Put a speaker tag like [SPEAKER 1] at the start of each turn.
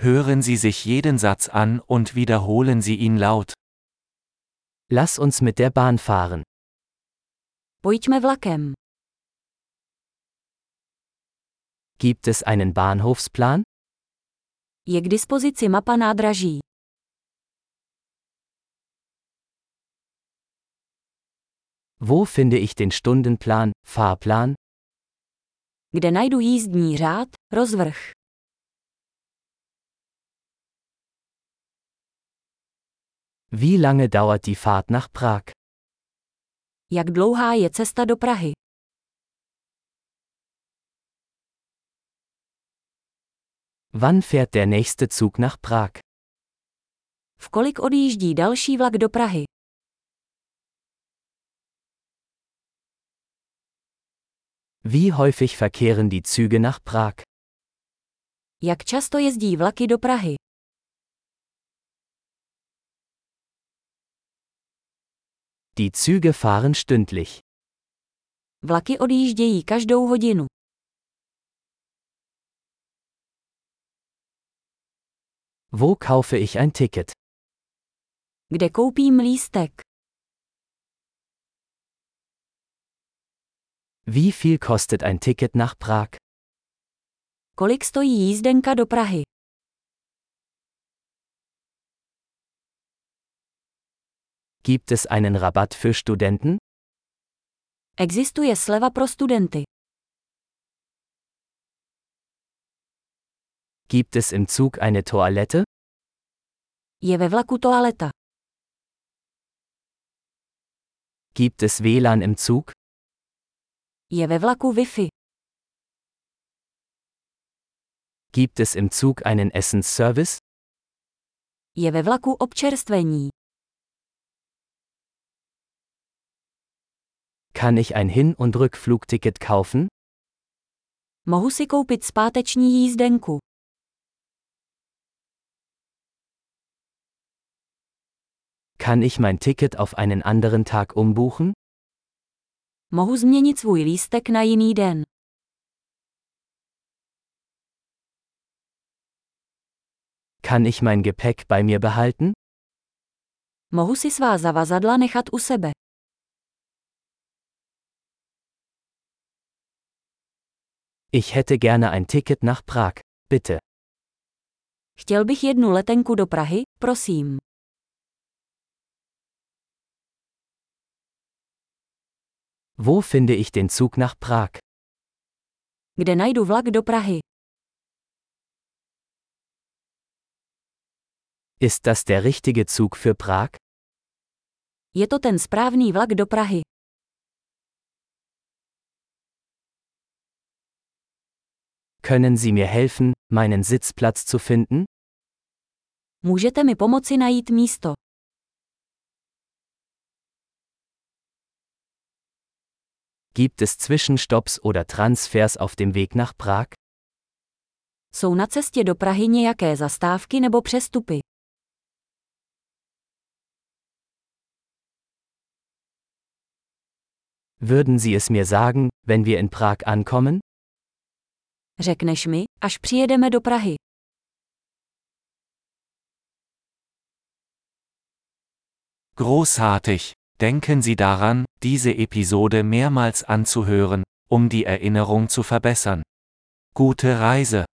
[SPEAKER 1] Hören Sie sich jeden Satz an und wiederholen Sie ihn laut.
[SPEAKER 2] Lass uns mit der Bahn fahren.
[SPEAKER 3] Pojďme vlakem.
[SPEAKER 2] Gibt es einen Bahnhofsplan?
[SPEAKER 3] Je k dispozici mapa nádraží.
[SPEAKER 2] Wo finde ich den Stundenplan, Fahrplan?
[SPEAKER 3] Kde najdu jízdní řád, rozvrh.
[SPEAKER 2] Wie lange dauert die Fahrt nach Prag?
[SPEAKER 3] Jak dlouhá je cesta do Prahy?
[SPEAKER 2] Wann fährt der nächste Zug nach Prag?
[SPEAKER 3] V kolik odjíždí další vlak do Prahy?
[SPEAKER 2] Wie häufig verkehren die Züge nach Prag?
[SPEAKER 3] Jak často jezdí vlaky do Prahy?
[SPEAKER 2] Die Züge fahren stündlich.
[SPEAKER 3] Vlaky odjíždějí každou hodinu.
[SPEAKER 2] Wo kaufe ich ein Ticket?
[SPEAKER 3] Kde koupím lístek?
[SPEAKER 2] Wie viel kostet ein Ticket nach Prag?
[SPEAKER 3] Kolik stojí jízdenka do Prahy?
[SPEAKER 2] Gibt es einen Rabatt für Studenten?
[SPEAKER 3] Existuje sleva pro studenty.
[SPEAKER 2] Gibt es im Zug eine Toilette?
[SPEAKER 3] Je ve vlaku toaleta.
[SPEAKER 2] Gibt es WLAN im Zug?
[SPEAKER 3] Je ve vlaku Wi-Fi.
[SPEAKER 2] Gibt es im Zug einen Essensservice?
[SPEAKER 3] Je ve vlaku občerstvení.
[SPEAKER 2] Kann ich ein Hin- und Rückflugticket kaufen?
[SPEAKER 3] Mohu si koupit zpáteční jízdenku.
[SPEAKER 2] Kann ich mein Ticket auf einen anderen Tag umbuchen?
[SPEAKER 3] Mohu změnit svůj lístek na jiný den.
[SPEAKER 2] Kann ich mein Gepäck bei mir behalten?
[SPEAKER 3] Mohu si svá zavazadla nechat u sebe.
[SPEAKER 2] Ich hätte gerne ein Ticket nach Prag, bitte.
[SPEAKER 3] Chtěl bych jednu letenku do Prahy, prosím.
[SPEAKER 2] Wo finde ich den Zug nach Prag?
[SPEAKER 3] Kde najdu vlak do Prahy?
[SPEAKER 2] Ist das der richtige Zug für Prag?
[SPEAKER 3] Je to ten správný vlak do Prahy.
[SPEAKER 2] Können Sie mir helfen, meinen Sitzplatz zu finden?
[SPEAKER 3] Můžete mi pomoci najít místo.
[SPEAKER 2] Gibt es Zwischenstopps oder Transfers auf dem Weg nach Prag?
[SPEAKER 3] Jsou na cestě do Prahy nějaké zastávky nebo přestupy?
[SPEAKER 2] Würden Sie es mir sagen, wenn wir in Prag ankommen?
[SPEAKER 3] Řekneš mi, až přijedeme do Prahy.
[SPEAKER 1] Großartig! Denken Sie daran, diese Episode mehrmals anzuhören, um die Erinnerung zu verbessern. Gute Reise!